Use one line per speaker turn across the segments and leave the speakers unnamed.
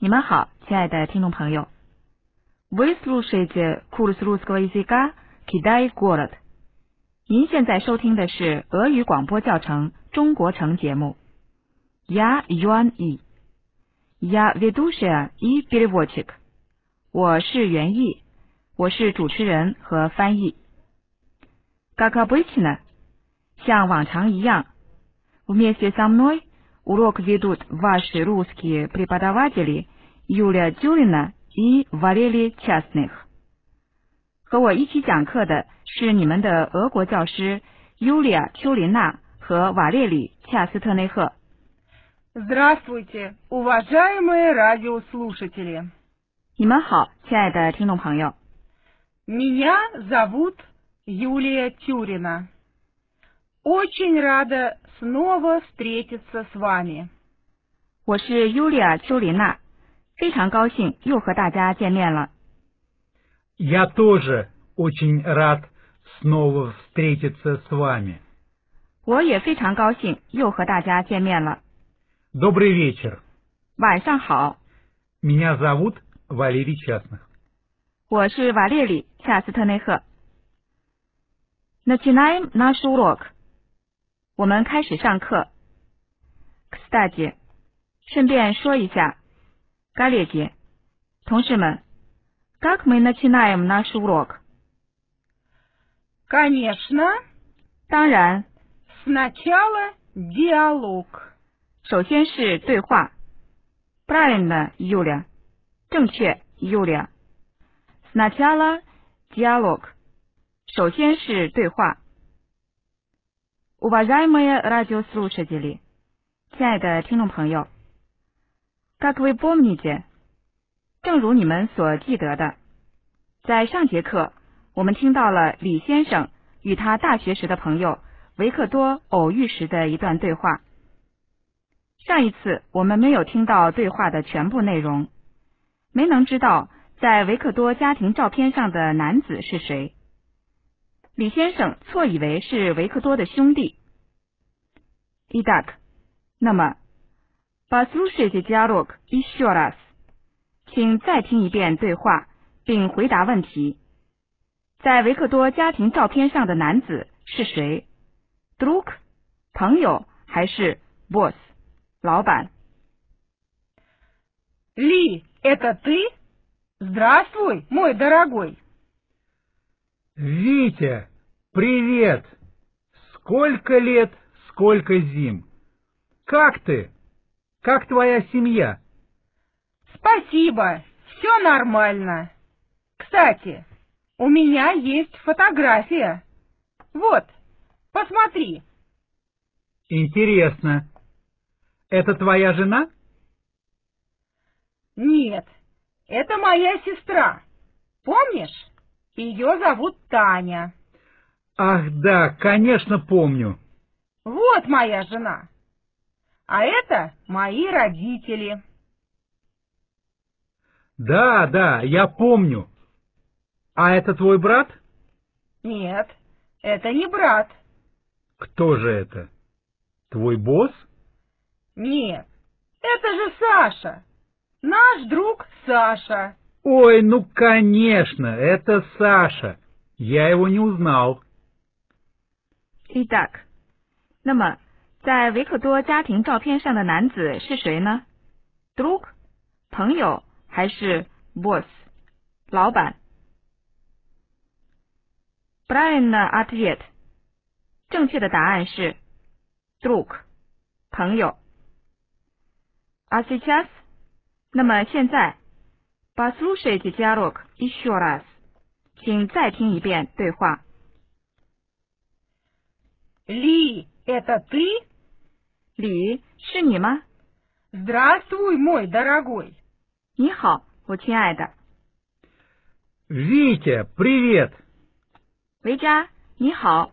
你们好，亲爱的听众朋友。Вы слушаете курс русского языка «Китай город». 您现在收听的是俄语广播教程《中国城》节目。Я Юан И. Я ведущая и переводчик. 我是袁毅，我是主持人和翻译。Как обычно，像往常一样。Вместе со мной урок ведут ваши русские преподаватели Юлия Тюрина и Валерий Частных. 和我一起讲课的是你们的俄国教师 Юлия 丘林娜和瓦列里恰斯特内赫。
Здравствуйте, уважаемые радиослушатели.
你们好，亲爱的听众朋友，
Меня зовут Юлия Тюрина. Очень рада снова встретиться с вами.
我是 Yulia 丘林娜，非常高兴又和大家见面了。
Я тоже очень рад снова встретиться с вами.
我也非常高兴又和大家见面了。
Добрый вечер.
晚上好，
Меня зовут Валерий Частных.
我是瓦列里恰斯特内赫。Начинаем наш урок。我们开始上课。Кстати，顺便说一下，g a l 姐，同事们，как мы начинаем наш урок？
Конечно,
当然，
сначала диалог.
首先是对话。Правильно, Юля，正确，Юля。Сначала диалог，首先是对话。Уважаемые радиослушатели，亲爱的听众朋友，Как вы помните，正如你们所记得的，在上节课我们听到了李先生与他大学时的朋友维克多偶遇时的一段对话。上一次我们没有听到对话的全部内容，没能知道在维克多家庭照片上的男子是谁。李先生错以为是维克多的兄弟。Итак，那么 p о с л у ш а й т е диалог еще раз，请再听一遍对话并回答问题。在维克多家庭照片上的男子是谁？Друг，朋友还是 boss？老板，
Ли, это ты? Здравствуй, мой дорогой.
Витя, привет! Сколько лет, сколько зим! Как ты? Как твоя семья?
Спасибо, все нормально. Кстати, у меня есть фотография. Вот, посмотри.
Интересно. Это твоя жена?
Нет, это моя сестра. Помнишь? Ее зовут Таня.
Ах да, конечно помню.
Вот моя жена. А это мои родители.
Да, да, я помню. А это твой брат?
Нет, это не брат.
Кто же это? Твой босс?
Нет, это же Саша. Наш друг Саша.
Ой, ну конечно, это Саша. Я его не узнал.
i d a k 那么，在维克多家庭照片上的男子是谁呢？Drug，朋友还是 boss，老板？Brian a t i e t 正确的答案是 Drug，朋友。А сейчас，那么现在 b a s l u s h a j dialog i s h u r a s 请再听一遍对话。
Ли, это ты?
李，是你吗？
Здравствуй, мой дорогой.
你好，我亲爱的。
Витя, привет!
维嘉，你好，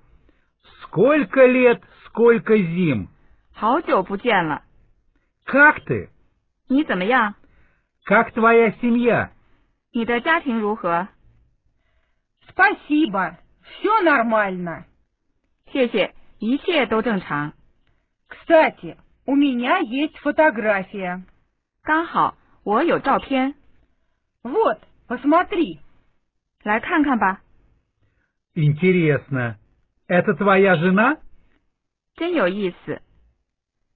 Сколько лет, сколько зим!
好久不见了，
Как ты?
你怎么样？
Как твоя семья?
你的家庭如何？
Спасибо, все нормально.
谢谢，一切都正常。
Кстати, у меня есть фотография.
刚好我有照片，
Вот, посмотри.
来看看吧，
Интересно. Это твоя жена?
真有意思。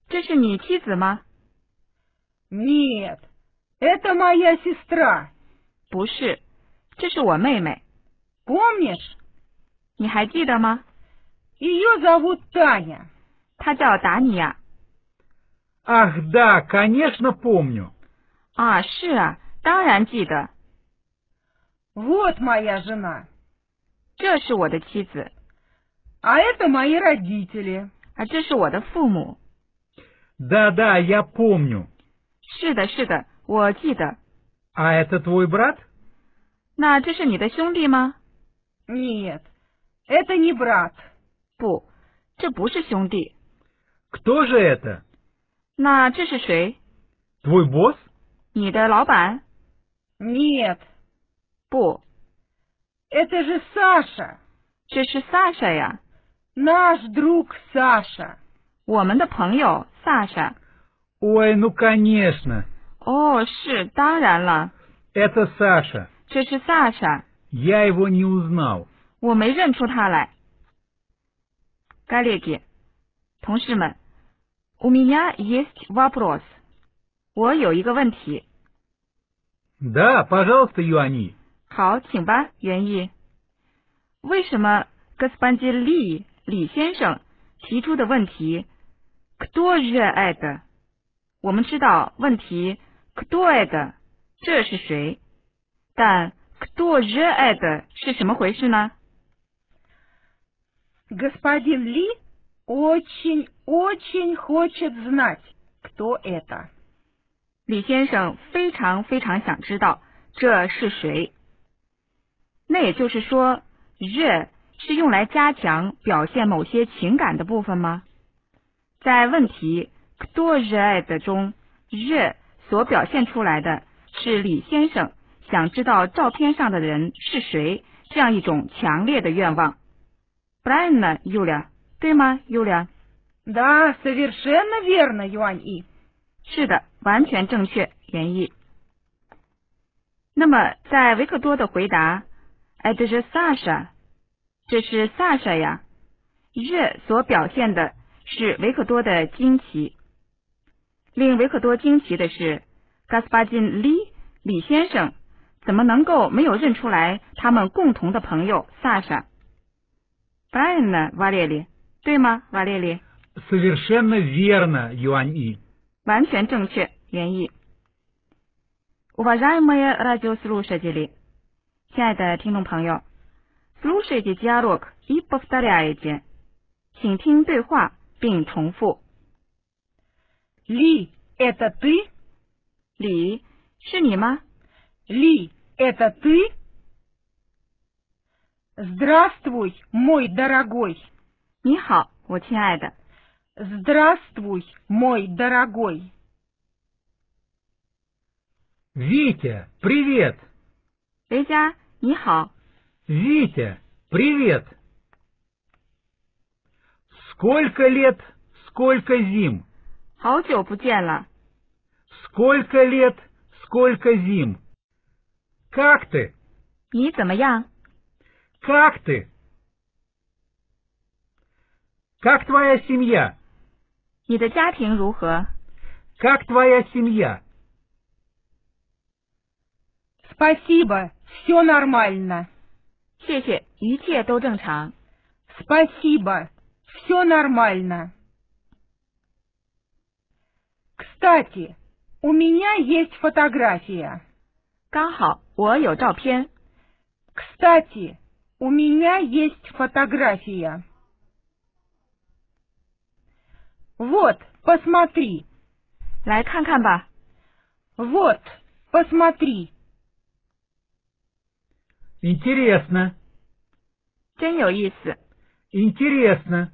这是你妻子吗？
Нет, это моя сестра.
不是，这是我妹妹。
Помнишь?
你还记得吗？
Ее зовут Таня.
她叫达尼亚。
Ах да, конечно помню.
啊，是啊，当然记得。
Вот моя жена.
这是我的妻子，
А это мои родители.
啊，这是我的父母。
Да-да, я помню.
是的，是的，我记得。
А это твой брат?
那这是你的兄弟吗？
Нет, это не брат.
不，这不是兄弟。
Кто же это?
那这是谁？
Твой босс?
你的老板？
Нет,
不，
это же Саша.
这是萨莎呀，
Наш друг Саша.
我们的朋友萨莎。
Ой, ну конечно.
哦，是，当然了，
Это Саша.
这是萨莎，
Я его не узнал.
我没认出他来。盖列给，同事们，у меня есть вопрос，我有一个问题。
Да, пожалуйста, Юани.
好，请吧，原意。为什么 г о с п о д и н Ли 李先生提出的问题 “кто же это”？我们知道问题 “кто это” 这是谁，但 “кто же это” 是什么回事呢？
Господин Ли очень-очень хочет знать, кто это.
李先生非常非常想知道这是谁。那也就是说，re 是用来加强表现某些情感的部分吗？在问题 “кто же это” 中，re 所表现出来的是李先生想知道照片上的人是谁这样一种强烈的愿望。Правильно, Юля，对吗，Юля？
Да, совершенно верно, Юань И.
是的，完全正确，原意。那么，在维克多的回答，哎，这是萨莎，这是萨莎呀，热所表现的是维克多的惊奇。令维克多惊奇的是，加斯巴金里李先生怎么能够没有认出来他们共同的朋友萨莎？правильно, Валерий，对吗，Валерий？
Совершенно верно, Юани.
完全正确，原意。Уважаемые радиослушатели，亲爱的听众朋友，слушайте диалог и повторяйте，请听对话并重复。
Ли, это ты?
李，是你吗？
Ли, это ты? Здравствуй, мой дорогой.
你好，我亲爱的。
Здравствуй, мой дорогой.
Витя, привет.
维嘉，你好，
Витя, привет. Сколько лет, сколько зим?
好久不见了，
Сколько лет, сколько зим? Как ты?
你怎么样？
Как ты? Как твоя семья?
你的家庭如何？
Как твоя семья?
Спасибо, все нормально.
谢谢，一切都正常。
Спасибо, все нормально. Кстати, у меня есть фотография.
刚好我有照片。
Кстати, у меня есть фотография. Вот, посмотри.
来看看吧，
Вот, Посмотри.
Интересно,
真有意思。
интересно.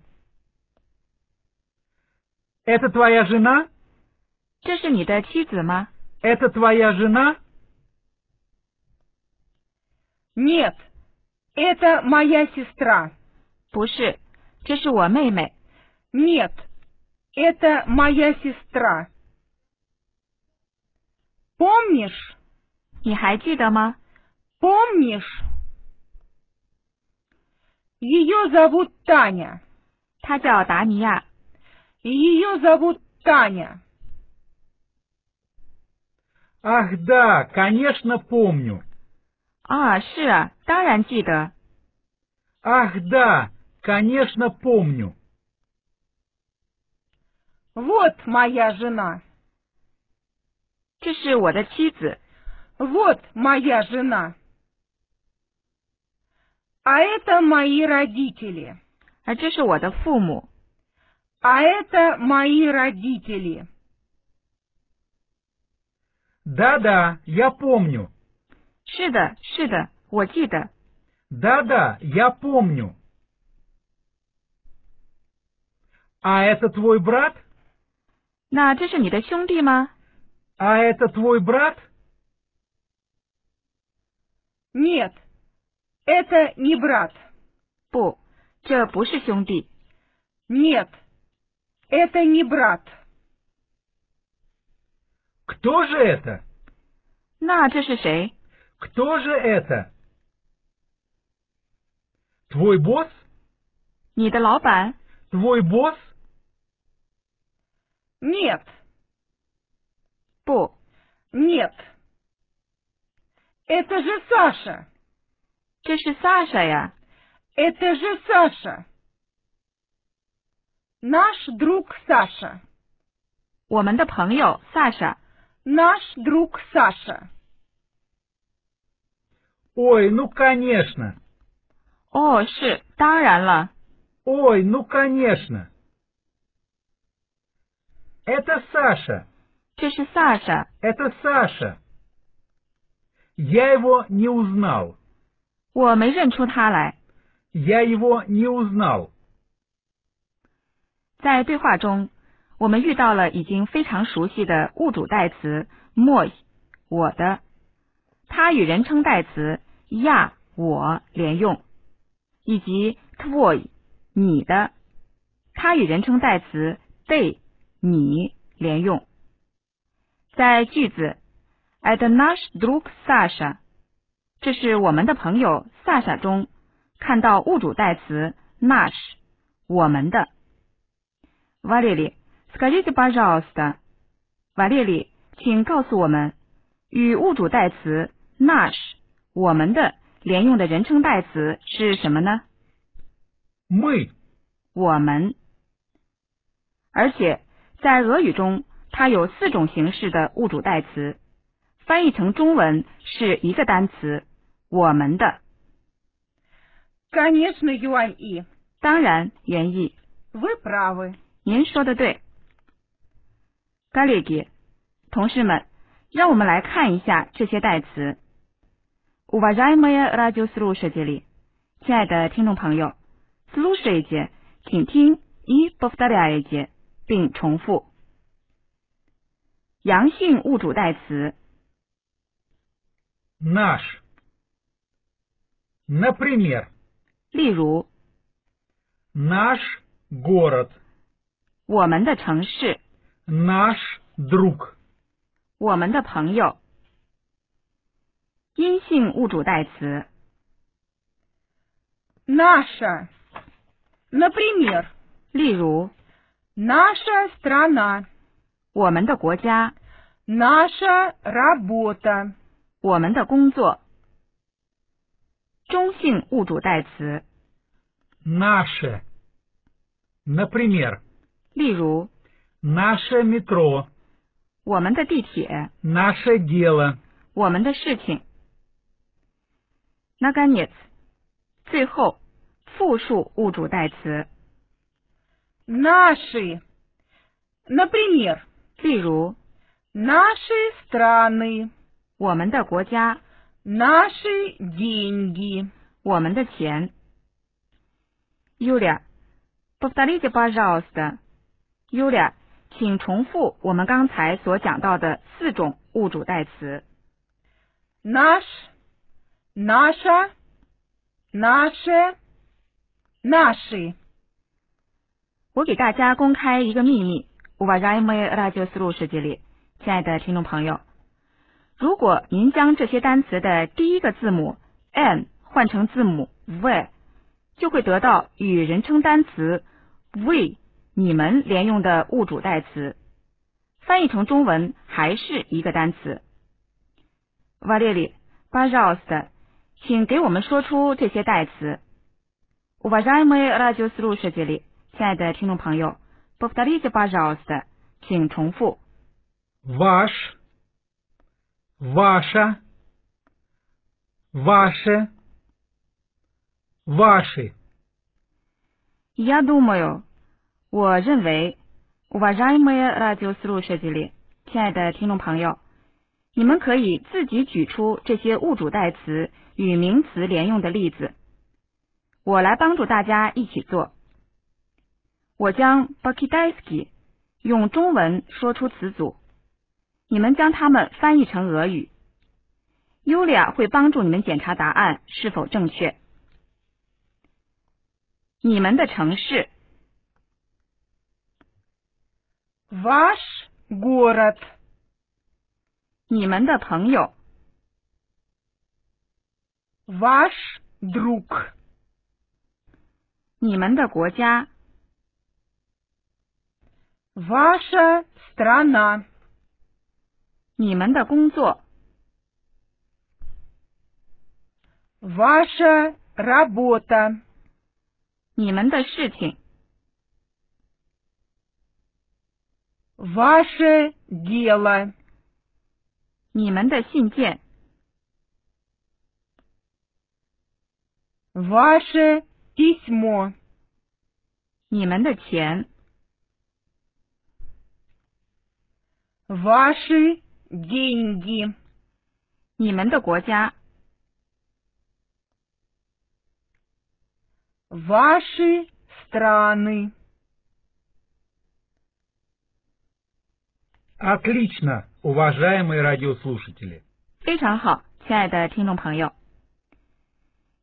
Это твоя жена?
这是你的妻子吗？
Это твоя жена?
Нет, это моя сестра.
不是，这是我妹妹。
Нет, это моя сестра. Помнишь?
你还记得吗？
Помнишь? Ее зовут Таня.
她叫达尼亚。
Ее зовут Таня.
Ах да, конечно помню.
啊，是啊，当然记得。
Ах да, конечно помню.
Вот моя жена.
这是我的妻子，
Вот моя жена. А это мои родители.
而这是我的父母。
А это мои родители.
Да-да, я помню.
是的，是的，我记得。
Да-да, я помню. А это твой брат?
那这是你的兄弟吗？
А это твой брат?
Нет, это не брат.
不，这不是兄弟。
Нет, это не брат.
Кто же это?
那这是谁？
Кто же это? Твой босс?
你的老板？
Твой босс?
Нет,
不，
нет. Это же Саша.
这是萨莎呀。
Это же Саша. Наш друг Саша.
我们的朋友萨莎。
Наш друг Саша.
Ой, ну конечно.
哦，是，当然了。
Ой, ну конечно. Это Саша.
这是萨莎。
Это Саша. Я его не узнал.
我没认出他来。
Я его не узнал.
在对话中，我们遇到了已经非常熟悉的物主代词 my 我的，它与人称代词 ya 我连用，以及 твой 你的，它与人称代词 they 你连用。在句子 at наш друг Саша，这是我们的朋友萨莎中看到物主代词 наш 我们的。Валерий, скажите, пожалуйста. Валерий, 请告诉我们，与物主代词 наш 我们的连用的人称代词是什么呢？
Мы.
我们。而且在俄语中，它有四种形式的物主代词，翻译成中文是一个单词“我们的
Конечно, Юань И. ”。
当然，原意
Вы правы.
您说的对 g a l l g 同事们，让我们来看一下这些代词。u v a z a m y r a d i o s l u s h a 里，亲爱的听众朋友 s l u s h a 节，请听 и b o v d a r i a 节，并重复。阳性物主代词
Наш. Например,
例如
наш город,
我们的城市、
наш друг,
我们的朋友。阴性物主代词
Наша. Например,
例如
наша страна,
我们的国家、
наша работа,
我们的工作。中性物主代词，
наше. Например,
例如
наше метро,
我们的地铁、
наше дело.
我们的事情。那 a n e t 最后复数物主代词，
наши. Например,
例如
наши страны,
我我们的国家，
Наши деньги.
«我们的钱». Юля, повторите, пожалуйста. Юля, 请重复我们刚才所讲到的四种物主代词。
Наш, наша, наше, наши.
我给大家公开一个秘密，уважаемые радиослушатели，亲爱的听众朋友，如果您将这些单词的第一个字母 n 换成字母 v，就会得到与人称单词 we 你们连用的物主代词，翻译成中文还是一个单词。瓦列里巴绍斯的，请给我们说出这些代词。Уважаемые радиослушатели，亲爱的听众朋友，повторите, пожалуйста，请重复。
Ваш, ваша, ваше, ваши.
Я думаю，我认为，уважаемые радиослушатели，亲爱的听众朋友，你们可以自己举出这些物主代词与名词连用的例子，我来帮助大家一起做。我将 b a k i d a i s k i 用中文说出词组，你们将它们翻译成俄语。Yulia 会帮助你们检查答案是否正确。你们的城市。
Ваш город.
你们的朋友，
Ваш друг.
你们的国家，
Ваша страна.
你们的工作，
Ваша работа.
你们的事情，
Ваше дело.
你们的信件，
Ваше письмо.
你们的钱，
Ваши деньги.
你们的国家，
Ваши страны.
Отлично, уважаемые радиослушатели.
非常好，亲爱的听众朋友。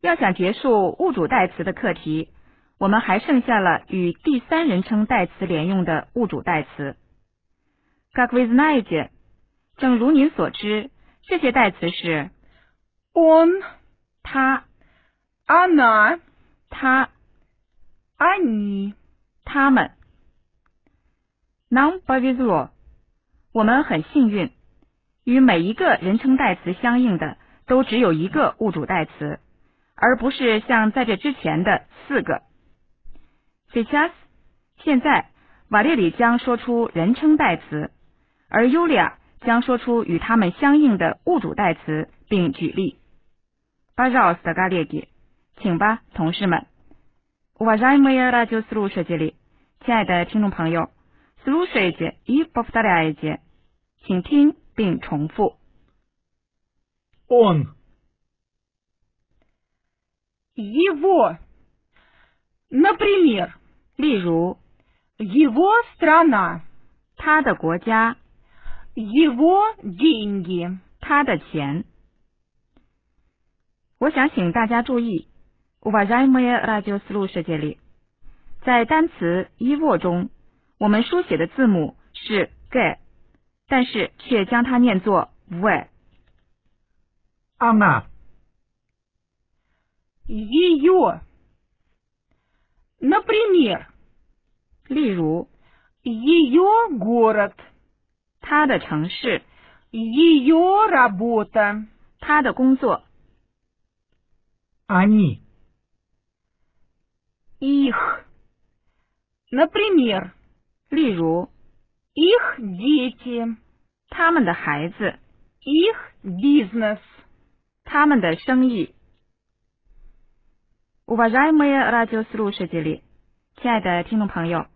要想结束物主代词的课题，我们还剩下了与第三人称代词连用的物主代词。Как вы знаете，正如您所知，这些代词是
Он,
他、
она,
他、
они.
他们。Нам повезло，我们很幸运，与每一个人称代词相应的都只有一个物主代词，而不是像在这之前的四个。Сейчас，现在，瓦列里将说出人称代词，而尤利亚将说出与它们相应的物主代词，并举例。Пожалуйста, коллеги，请吧，同事们。Уважаемые радиослушатели，亲爱的听众朋友，слушайте и повторяйте，请听并重复。
Он,
Его. Например,
例如，
его страна,
他的国家，
его деньги.
他的钱。我想请大家注意，уважаемые радиослушатели，在单词 его 中，我们书写的字母是 g，但是却将它念作 v。
она,
Ее. Например,
例如，
ее город,
他的城市，
ее работа,
他的工作，
они,
их. Например,
例如
их дети,
他们的孩子。
их бизнес.
他们的生意。Уважаемые радиослушатели，亲爱的听众朋友，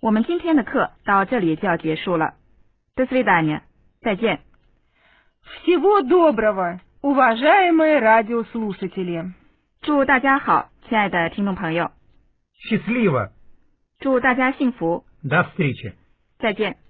我们今天的课到这里就要结束了。До свидания，再见。
Всего доброго, уважаемые радиослушатели.
祝大家好，亲爱的听众朋友，
Счастливо.
祝大家幸福，
До встречи.
再见。